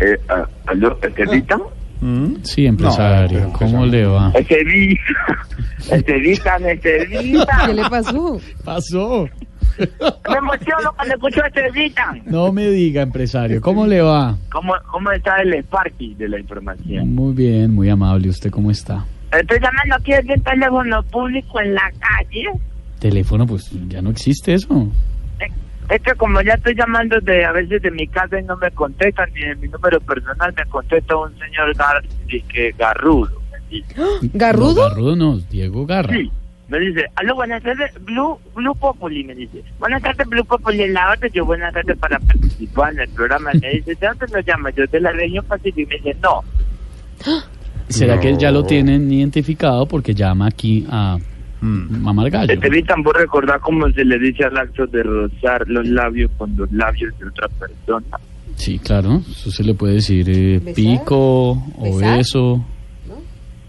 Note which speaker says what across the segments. Speaker 1: Eh, ah, ¿Aló? ¿Estevita?
Speaker 2: Mm.
Speaker 3: Sí, empresario.
Speaker 2: No, pero
Speaker 3: ¿Cómo le va?
Speaker 1: Estevita. Estevita, Estevita.
Speaker 4: ¿Qué le pasó?
Speaker 3: Pasó.
Speaker 1: Me emociono cuando escucho a Estevita.
Speaker 3: No me diga, empresario. ¿Cómo le va?
Speaker 1: ¿Cómo, ¿Cómo está el Sparky de la información?
Speaker 3: Muy bien, muy amable. ¿Usted cómo está?
Speaker 1: Estoy llamando aquí desde un teléfono público en la calle.
Speaker 3: Teléfono, pues ya no existe eso.
Speaker 1: Eh, Es que como ya estoy llamando de a veces de mi casa y no me contestan, ni de mi número personal me contesta un señor gar, que garrudo. me dice.
Speaker 3: No,
Speaker 4: ¿Garrudo?
Speaker 3: Garrudo no, Diego Garra.
Speaker 1: Sí, me dice, aló, buenas tardes, Blue, Blue Populi, me dice. Buenas tardes, Blue Populi, en la otra, yo buenas tardes para participar en el programa. Me dice, ¿de dónde nos llama? Yo de la región Pacífico. Y me dice, no,
Speaker 3: ¿Será que ya lo
Speaker 2: No.
Speaker 3: tienen identificado porque llama aquí a mm, Mamar Gallo?
Speaker 1: Estevitan, vos recordar cómo se le dice al acto de rozar los labios con los labios de otra persona.
Speaker 3: Sí, claro. Eso se le puede decir eh,
Speaker 4: ¿Besar?
Speaker 3: pico, o
Speaker 4: ¿Besar?
Speaker 3: beso.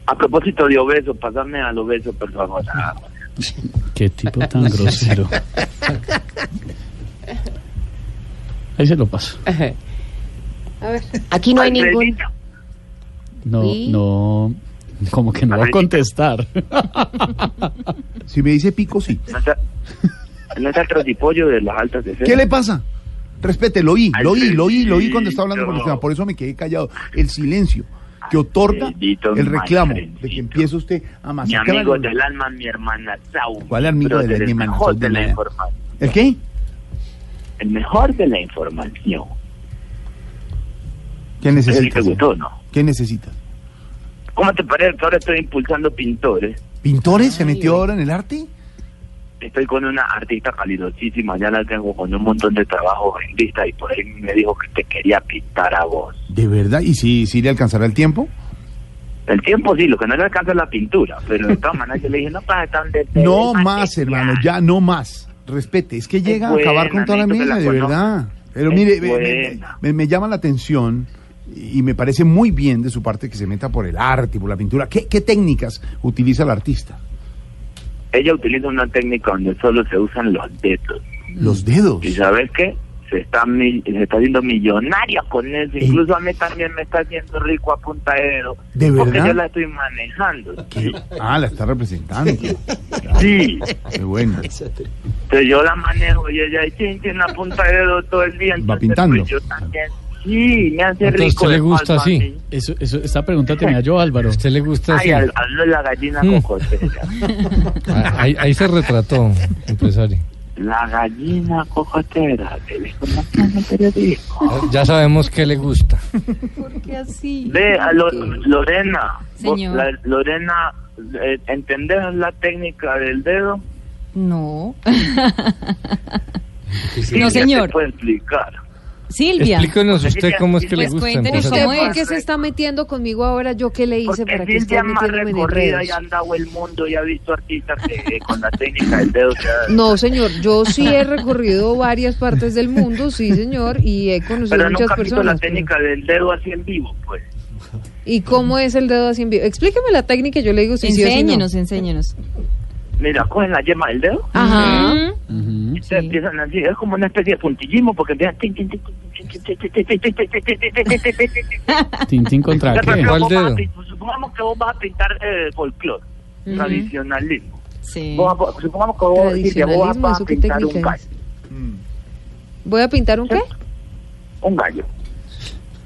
Speaker 1: A propósito de obeso, pasarme al obeso, por favor. Ah,
Speaker 3: Qué tipo tan grosero. Ahí se lo paso.
Speaker 4: A ver.
Speaker 5: Aquí no hay ningún.
Speaker 1: Alfredito,
Speaker 3: No,
Speaker 5: Sí.
Speaker 3: no, como que no va a contestar.
Speaker 2: Si me dice pico, sí.
Speaker 1: No está, no está el trocipollo de las altas de
Speaker 2: ¿Qué le pasa? Respete, lo oí, lo oí, lo oí, lo oí cuando estaba hablando con usted.
Speaker 1: Alfredito.
Speaker 2: Por eso me quedé callado. El silencio que otorga
Speaker 1: Alfredito,
Speaker 2: el reclamo de que
Speaker 1: Alfredito.
Speaker 2: empiece usted a
Speaker 1: Mi
Speaker 2: masacrar.
Speaker 1: amigo
Speaker 2: a los-
Speaker 1: del alma, mi hermana Saúl.
Speaker 2: ¿Cuál amigo
Speaker 1: Brother,
Speaker 2: del-
Speaker 1: el
Speaker 2: mi hermana
Speaker 1: mejor
Speaker 2: Saúl
Speaker 1: de
Speaker 2: de
Speaker 1: la
Speaker 2: nada?
Speaker 1: información.
Speaker 2: ¿El qué?
Speaker 1: El mejor de la información. Es
Speaker 2: ¿Qué
Speaker 1: el
Speaker 2: necesita?
Speaker 1: que gustó, ¿no?
Speaker 2: ¿Qué necesita?
Speaker 1: ¿Cómo te parece? que Ahora estoy impulsando pintores.
Speaker 2: ¿Pintores se metió ahora en el arte?
Speaker 1: Estoy con una artista calidosísima. Ya la tengo con un montón de trabajo en vista y por ahí me dijo que te quería pintar a vos.
Speaker 2: ¿De verdad? ¿Y si, si le alcanzará el tiempo?
Speaker 1: El tiempo sí, lo que no le alcanza es la pintura. Pero de todas maneras yo le dije, no pasa tan de...
Speaker 2: No más, hermano, ya no más. Respete, es que llega a
Speaker 1: buena,
Speaker 2: acabar con toda la
Speaker 1: necesito que
Speaker 2: mesa,
Speaker 1: la
Speaker 2: de
Speaker 1: conozca.
Speaker 2: verdad. Pero
Speaker 1: Es
Speaker 2: mire, me- me,
Speaker 1: buena.
Speaker 2: me- me llama la atención y y me parece muy bien de su parte que se meta por el arte, por la pintura. ¿Qué, qué técnicas utiliza el artista?
Speaker 1: Ella utiliza una técnica donde solo se usan los dedos. Mm.
Speaker 2: Los dedos.
Speaker 1: ¿Y sabes qué? Se está, mil- se está haciendo millonaria con eso. Incluso a mí también me está haciendo rico a punta de dedo.
Speaker 2: ¿De
Speaker 1: Porque
Speaker 2: verdad?
Speaker 1: yo la estoy manejando.
Speaker 2: ¿Qué? Ah, la está representando.
Speaker 1: Sí.
Speaker 2: Qué bueno.
Speaker 1: Entonces yo la manejo y ella ahí chin, chin, a punta de dedo todo el día. Entonces,
Speaker 2: pintando.
Speaker 1: pues, yo también. Sí, me hace rico.
Speaker 6: Entonces, ¿usted le
Speaker 1: de
Speaker 6: gusta
Speaker 1: palma a
Speaker 6: así?
Speaker 1: mí.
Speaker 3: Eso, eso, esta pregunta tenía yo, Álvaro.
Speaker 6: ¿A usted le gusta
Speaker 1: Ay,
Speaker 6: así?
Speaker 1: al- habló la gallina
Speaker 6: Mm.
Speaker 1: cocotera.
Speaker 6: Ah, Ahí, ahí se retrató, empresario.
Speaker 1: La gallina cocotera. que dijo la plana periodismo.
Speaker 6: Ya sabemos qué le gusta.
Speaker 4: ¿Por qué así?
Speaker 1: Ve a Lo- Lorena. vos-
Speaker 4: Señor.
Speaker 1: la- Lorena, eh, ¿entendés la técnica del dedo?
Speaker 4: No. No,
Speaker 1: Ya
Speaker 4: señor.
Speaker 1: te puedo explicar.
Speaker 4: Silvia.
Speaker 6: Explíquenos usted cómo es que le
Speaker 4: Pues
Speaker 6: gusta,
Speaker 4: cuéntenos
Speaker 6: empresario.
Speaker 4: usted
Speaker 1: empresario.
Speaker 4: por qué se está metiendo conmigo ahora, yo qué le hice para que
Speaker 1: Porque
Speaker 4: esté
Speaker 1: Cintia más
Speaker 4: metiéndome en
Speaker 1: recorrida
Speaker 4: enredos.
Speaker 1: y ha andado el mundo y ha visto artistas que eh, con la técnica del dedo se ha-
Speaker 4: No, señor, yo sí he recorrido varias partes del mundo, sí, señor, y he conocido
Speaker 1: pero
Speaker 4: muchas
Speaker 1: nunca ha visto
Speaker 4: personas.
Speaker 1: la
Speaker 4: pero-
Speaker 1: técnica del dedo así en vivo, pues.
Speaker 4: ¿Y cómo es el dedo así en vivo? Explíqueme la técnica, yo le digo si sí o si no.
Speaker 5: Enséñenos, enséñenos.
Speaker 1: Mira, cogen la yema del dedo
Speaker 4: Ah, Ajá.
Speaker 3: Ujú.
Speaker 1: y se empiezan así. Es como una especie de puntillismo porque empiezan... tin, tin, tin, tin, tin, tin, tin, tin, tin, tin, tin, tin, tin, tin, tin, tin, tin, tin, tin, tin.
Speaker 3: Tintín contra
Speaker 1: Por
Speaker 3: qué.
Speaker 1: ejemplo,
Speaker 6: ¿Cuál
Speaker 1: vos vas a
Speaker 6: dedo?
Speaker 1: pin- Supongamos que vos vas a pintar eh, folclore,
Speaker 5: Ujú.
Speaker 1: tradicionalismo.
Speaker 5: Sí.
Speaker 1: Vos vas a- Supongamos que vos, Cintia, vos
Speaker 4: Tradicionalismo,
Speaker 1: vas a
Speaker 4: ¿eso qué
Speaker 1: pintar un
Speaker 4: técnica
Speaker 1: gallo.
Speaker 4: es? ¿Voy a pintar un qué?
Speaker 1: Un gallo.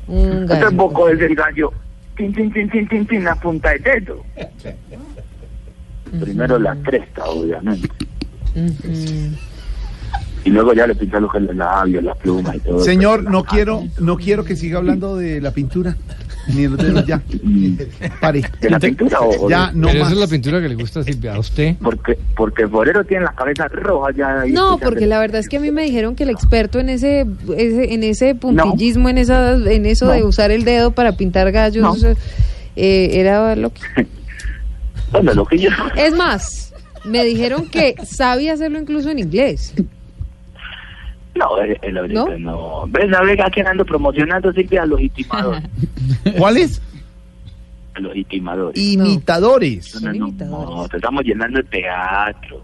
Speaker 4: Un
Speaker 1: Entonces
Speaker 4: gallo.
Speaker 1: vos coges el gallo, tin, tin, tin, tin, tin, tin, a punta de dedo. Primero la cresta, obviamente. Y luego ya le pintas los labios, las plumas y todo. eso. Ah,
Speaker 2: Señor, no quiero, no quiero que siga hablando de la pintura. Ni de los dedos, ya.
Speaker 1: Mm,
Speaker 2: Pare.
Speaker 1: ¿De la pintura o, o
Speaker 2: Ya,
Speaker 1: de-
Speaker 2: no
Speaker 6: Pero
Speaker 2: más.
Speaker 6: esa es la pintura que le gusta a Silvia. ¿A usted?
Speaker 1: Porque, porque Borero tiene las cabezas rojas ya. ahí
Speaker 4: No,
Speaker 1: escuchando-
Speaker 4: porque la verdad es que a mí me dijeron que el experto en ese, ese- en ese puntillismo, en esa, en eso de
Speaker 1: No.
Speaker 4: usar el dedo para pintar gallos,
Speaker 1: No.
Speaker 4: eh, era lo que.
Speaker 1: Bueno, lo que yo...
Speaker 4: Es más, me dijeron que sabía hacerlo incluso en inglés.
Speaker 1: No, eh, el, el ahorita no. Ves, la vega que ando promocionando Silvia a los intimadores.
Speaker 2: ¿Cuáles?
Speaker 1: A los intimadores.
Speaker 2: Imitadores.
Speaker 4: Son imitadores.
Speaker 1: te estamos llenando de teatro.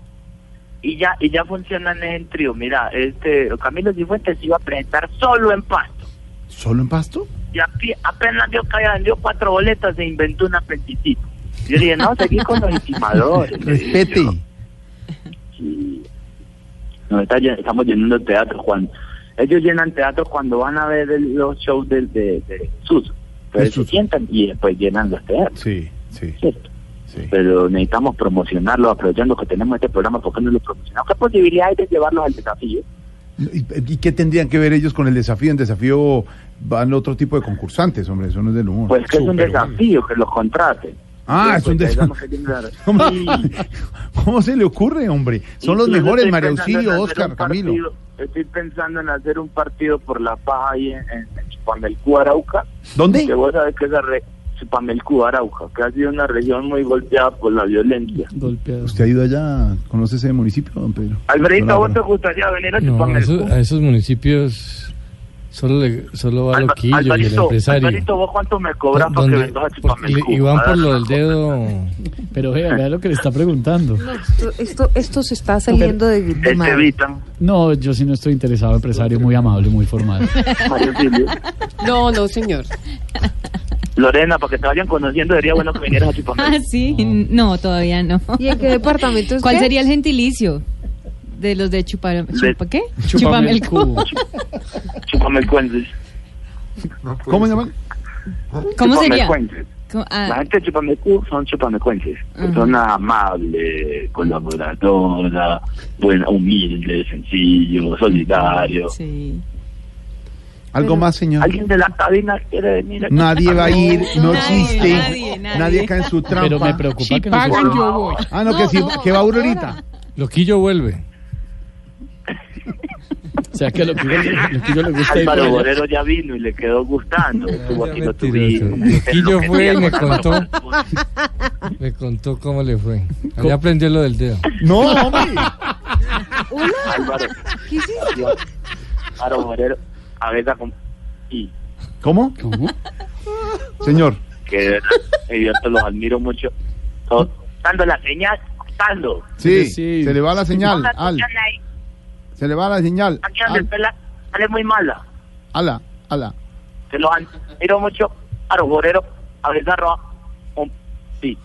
Speaker 1: Y ya, y ya funcionan en trío. Mira, este Camilo Cifuentes se iba a presentar solo en Pasto.
Speaker 2: ¿Solo en Pasto?
Speaker 1: Y api- apenas dio caída, vendió cuatro boletas e inventó un apendicitis. Yo le dije, no, seguí con los estimadores.
Speaker 2: Respete.
Speaker 1: Sí. Nos está llen- estamos llenando teatro, Juan. Ellos llenan teatro cuando van a ver el- los shows del de, de SUS.
Speaker 2: De
Speaker 1: Entonces se
Speaker 2: Suso.
Speaker 1: sientan y después llenan los teatros,
Speaker 2: Sí, sí,
Speaker 1: ¿cierto?
Speaker 2: sí.
Speaker 1: Pero necesitamos promocionarlo, aprovechando que tenemos este programa, porque no lo promocionamos? ¿Qué posibilidad hay de llevarlos al desafío?
Speaker 2: ¿Y, y qué tendrían que ver ellos con el desafío? En desafío van otro tipo de concursantes, hombre, eso no es del humor.
Speaker 1: Pues que es un
Speaker 6: Súper bueno.
Speaker 1: desafío que los contraten.
Speaker 2: Ah, es un
Speaker 1: Pues,
Speaker 2: desafío.
Speaker 1: digamos que tienen la-
Speaker 2: ¿Cómo,
Speaker 1: Sí.
Speaker 2: cómo se le ocurre, hombre? Son los
Speaker 1: Incluso
Speaker 2: mejores,
Speaker 1: estoy
Speaker 2: María
Speaker 1: pensando en
Speaker 2: Auxilio,
Speaker 1: hacer un
Speaker 2: Oscar, Camilo.
Speaker 1: partido- Estoy pensando en hacer un partido por la paz ahí en, en Chupamelcú, Arauca. Que
Speaker 2: ¿Dónde?
Speaker 1: vos sabés que esa re Chupamelcú, Arauca, que ha sido una región muy golpeada por la violencia.
Speaker 3: Golpeado.
Speaker 2: ¿Usted ha ido allá? ¿Conoce ese municipio, don Pedro?
Speaker 1: Alfredito,
Speaker 2: Hola,
Speaker 1: ¿a vos
Speaker 2: hola.
Speaker 1: te gustaría venir a
Speaker 6: No, a,
Speaker 1: Chupamelcú?
Speaker 6: esos, a esos municipios solo, le- solo va
Speaker 1: Alba-
Speaker 6: Loquillo y el
Speaker 1: Alvarito,
Speaker 6: empresario.
Speaker 1: Alvarito, ¿vos cuánto me cobras para que
Speaker 6: Donde-
Speaker 1: vengas a
Speaker 6: porque-
Speaker 1: Chupamelcú?
Speaker 6: y van
Speaker 1: A
Speaker 6: por
Speaker 1: ver,
Speaker 6: lo del dedo.
Speaker 3: Pero vea, vea lo que le está preguntando.
Speaker 4: No, esto, esto, esto se está saliendo de, de
Speaker 1: Este
Speaker 4: madre.
Speaker 1: Vita,
Speaker 3: No, yo sí no estoy interesado, empresario muy amable, muy formal.
Speaker 1: Mario Silvio.
Speaker 5: No, no, señor.
Speaker 1: Lorena, para que te vayan conociendo, sería bueno que vinieras a
Speaker 7: Ah,
Speaker 1: Chupamelcú.
Speaker 7: sí, no, todavía no.
Speaker 4: ¿Y en qué departamento es
Speaker 7: ¿Cuál
Speaker 4: qué?
Speaker 7: sería el gentilicio de los de chupar, chupa, ¿qué?
Speaker 3: Chúpame el cubo.
Speaker 1: Chupamelcuenses.
Speaker 2: ¿Cómo se llaman?
Speaker 7: ¿Cómo sería?
Speaker 1: Chupamelcuenses.
Speaker 7: ¿Cómo-
Speaker 1: La
Speaker 7: ah, Mm.
Speaker 1: gente de Chupamecu son chupamecuenses,
Speaker 7: Ajá.
Speaker 1: personas amables, colaboradoras, buena, humildes, sencillos, solidarios.
Speaker 7: sí.
Speaker 2: ¿Algo más, señor?
Speaker 1: ¿Alguien de la cabina quiere venir? aquí?
Speaker 2: Nadie va a ir, no
Speaker 7: Nadie,
Speaker 2: existe. Nadie,
Speaker 7: nadie, nadie.
Speaker 2: cae en su trampa.
Speaker 3: Pero me preocupa que no se
Speaker 1: pagan, yo
Speaker 3: voy.
Speaker 2: Ah, no, que,
Speaker 4: No,
Speaker 2: sí,
Speaker 4: no,
Speaker 2: que va
Speaker 4: ahora.
Speaker 2: Aurorita.
Speaker 6: Loquillo vuelve.
Speaker 3: O sea, que lo que yo, lo que yo le gusta ir
Speaker 1: Álvaro
Speaker 3: para allá.
Speaker 1: Borero ya vino y le quedó
Speaker 6: Ah,
Speaker 1: gustando. Estuvo aquí, lo
Speaker 6: mentiroso.
Speaker 1: tuvimos.
Speaker 6: Aquí yo
Speaker 1: Enloquecía
Speaker 6: fui y me
Speaker 1: con
Speaker 6: contó.
Speaker 1: Álvaro.
Speaker 6: Me contó cómo le fue. Allá aprendió lo del dedo.
Speaker 2: No, hombre.
Speaker 1: Álvaro. Álvaro Borero, a veces con... Y
Speaker 2: ¿Cómo?
Speaker 3: ¿Cómo?
Speaker 2: Señor,
Speaker 1: que de verdad, y yo te los admiro mucho. Todos, dando la señal, dando.
Speaker 2: sí,
Speaker 3: Sí.
Speaker 2: se le va la señal.
Speaker 1: Hola,
Speaker 2: Al,
Speaker 1: escuchan ahí.
Speaker 2: se le va la señal.
Speaker 1: Aquí donde
Speaker 2: Al,
Speaker 1: está la... Ale es muy mala.
Speaker 2: ala, ala.
Speaker 1: Se los admiro mucho a los boreros, a Roa. Un- Sí.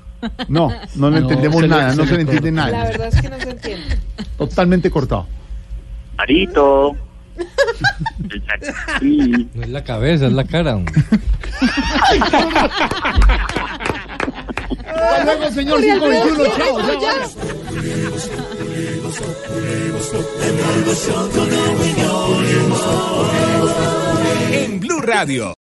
Speaker 2: No, no le
Speaker 3: No,
Speaker 2: entendemos
Speaker 3: se le-
Speaker 2: nada,
Speaker 3: se
Speaker 2: no
Speaker 3: le
Speaker 2: se le entiende
Speaker 4: La
Speaker 2: nada.
Speaker 4: verdad es que no se entiende.
Speaker 2: Totalmente cortado.
Speaker 1: Arito. Sí.
Speaker 6: No es la cabeza, es la cara. hombre.
Speaker 2: Hasta luego, señor 521, chao. ya, vale.
Speaker 8: En Blue Radio.